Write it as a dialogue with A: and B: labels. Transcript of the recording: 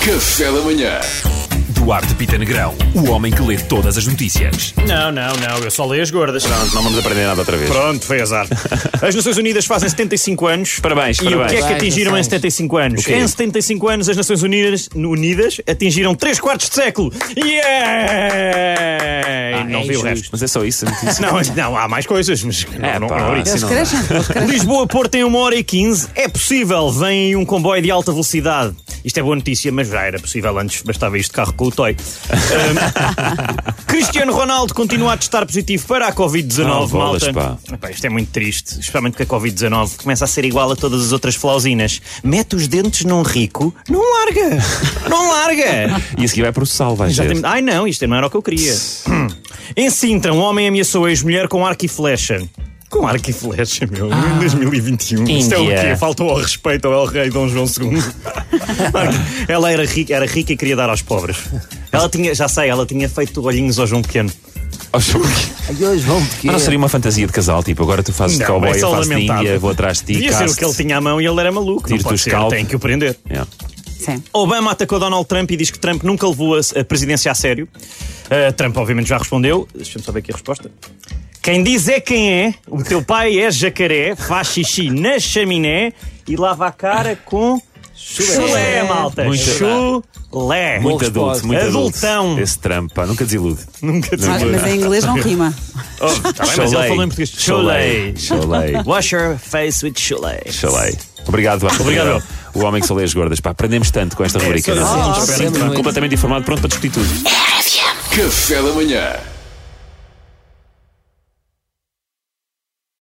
A: Café da manhã.
B: Duarte Pita Negrão, o homem que lê todas as notícias.
C: Não, não, não, eu só leio as gordas.
B: Não vamos aprender nada outra vez.
C: Pronto, foi azar. As Nações Unidas fazem 75 anos.
B: Parabéns,
C: E o
B: parabéns.
C: que é que
D: Parabéns,
C: atingiram em
D: Nações.
C: 75 anos?
B: O quê?
C: Em 75 anos, as Nações Unidas, Unidas atingiram 3 quartos de século. Yeah! não
D: é
C: vi o
D: injusto.
C: resto.
B: Mas é só isso.
C: Não, não, há mais coisas, mas não,
B: É,
C: não,
B: pá,
C: não abri.
B: isso não dá.
D: Crescem, eles crescem.
C: Lisboa Porto em 1 hora e 15 é possível, vem aí um comboio de alta velocidade. Isto é boa notícia, mas já era possível antes, bastava isto de carro com o toy. Ahm, Cristiano Ronaldo continua a testar positivo para a Covid-19,
B: Ah, bolas,
C: malta. Epá, isto é muito triste, especialmente porque a Covid-19 começa a ser igual a todas as outras flausinas. Mete os dentes num rico, não larga! Não larga!
B: E a seguir vai processá-lo, vai
C: Já
B: ver.
C: tem- Ai não, isto não era o que eu queria. em Sintra, um homem ameaçou a ex-mulher com arco e flecha. Com arco e flecha, meu,
B: Ah.
C: em 2021. Isto é o
B: Índia.
C: quê? Faltou ao respeito ao El Rei Dom João II. ela era rica, era rica e queria dar aos pobres. Ela tinha, já sei, ela tinha feito olhinhos ao João Pequeno.
D: E hoje vão porque.
B: Mas não seria uma fantasia de casal, tipo, agora tu fazes de
C: Não,
B: cowboy,
C: é só
B: eu faço de
C: lamentável.
B: índia, vou atrás de ti,
C: Devia ser o
B: casto.
C: que ele tinha à mão e ele era maluco. Não
B: Tiro-te o
C: pode ser,
B: scalp.
C: tem que o prender.
B: Yeah.
D: Sim.
C: Obama atacou Donald Trump e diz que Trump nunca levou a, a presidência a sério. Uh, Trump, obviamente, já respondeu. Deixa-me só ver aqui a resposta. Quem diz é quem é, o teu pai é jacaré, faz xixi na chaminé e lava a cara com chulé, malta.
B: Muito
C: chulé.
B: Muito
D: resposta.
B: adulto, muito
C: Adultão.
B: adulto. Esse Trump, pá, nunca desilude.
C: Nunca
D: Ah, Mas,
C: desvou-
D: mas em inglês não rima.
C: Oh, tá bem, mas ele falou em português.
B: Cholei. Cholei.
C: Wash your face with chulé.
B: Chalei. Obrigado, Duarte.
C: Obrigado.
B: O homem que só lê as gordas. Pá, aprendemos tanto com esta rubrica.
C: só-
B: não é?
C: Ah,
D: sim,
B: Completamente informado, pronto para discutir tudo.
A: Café da manhã.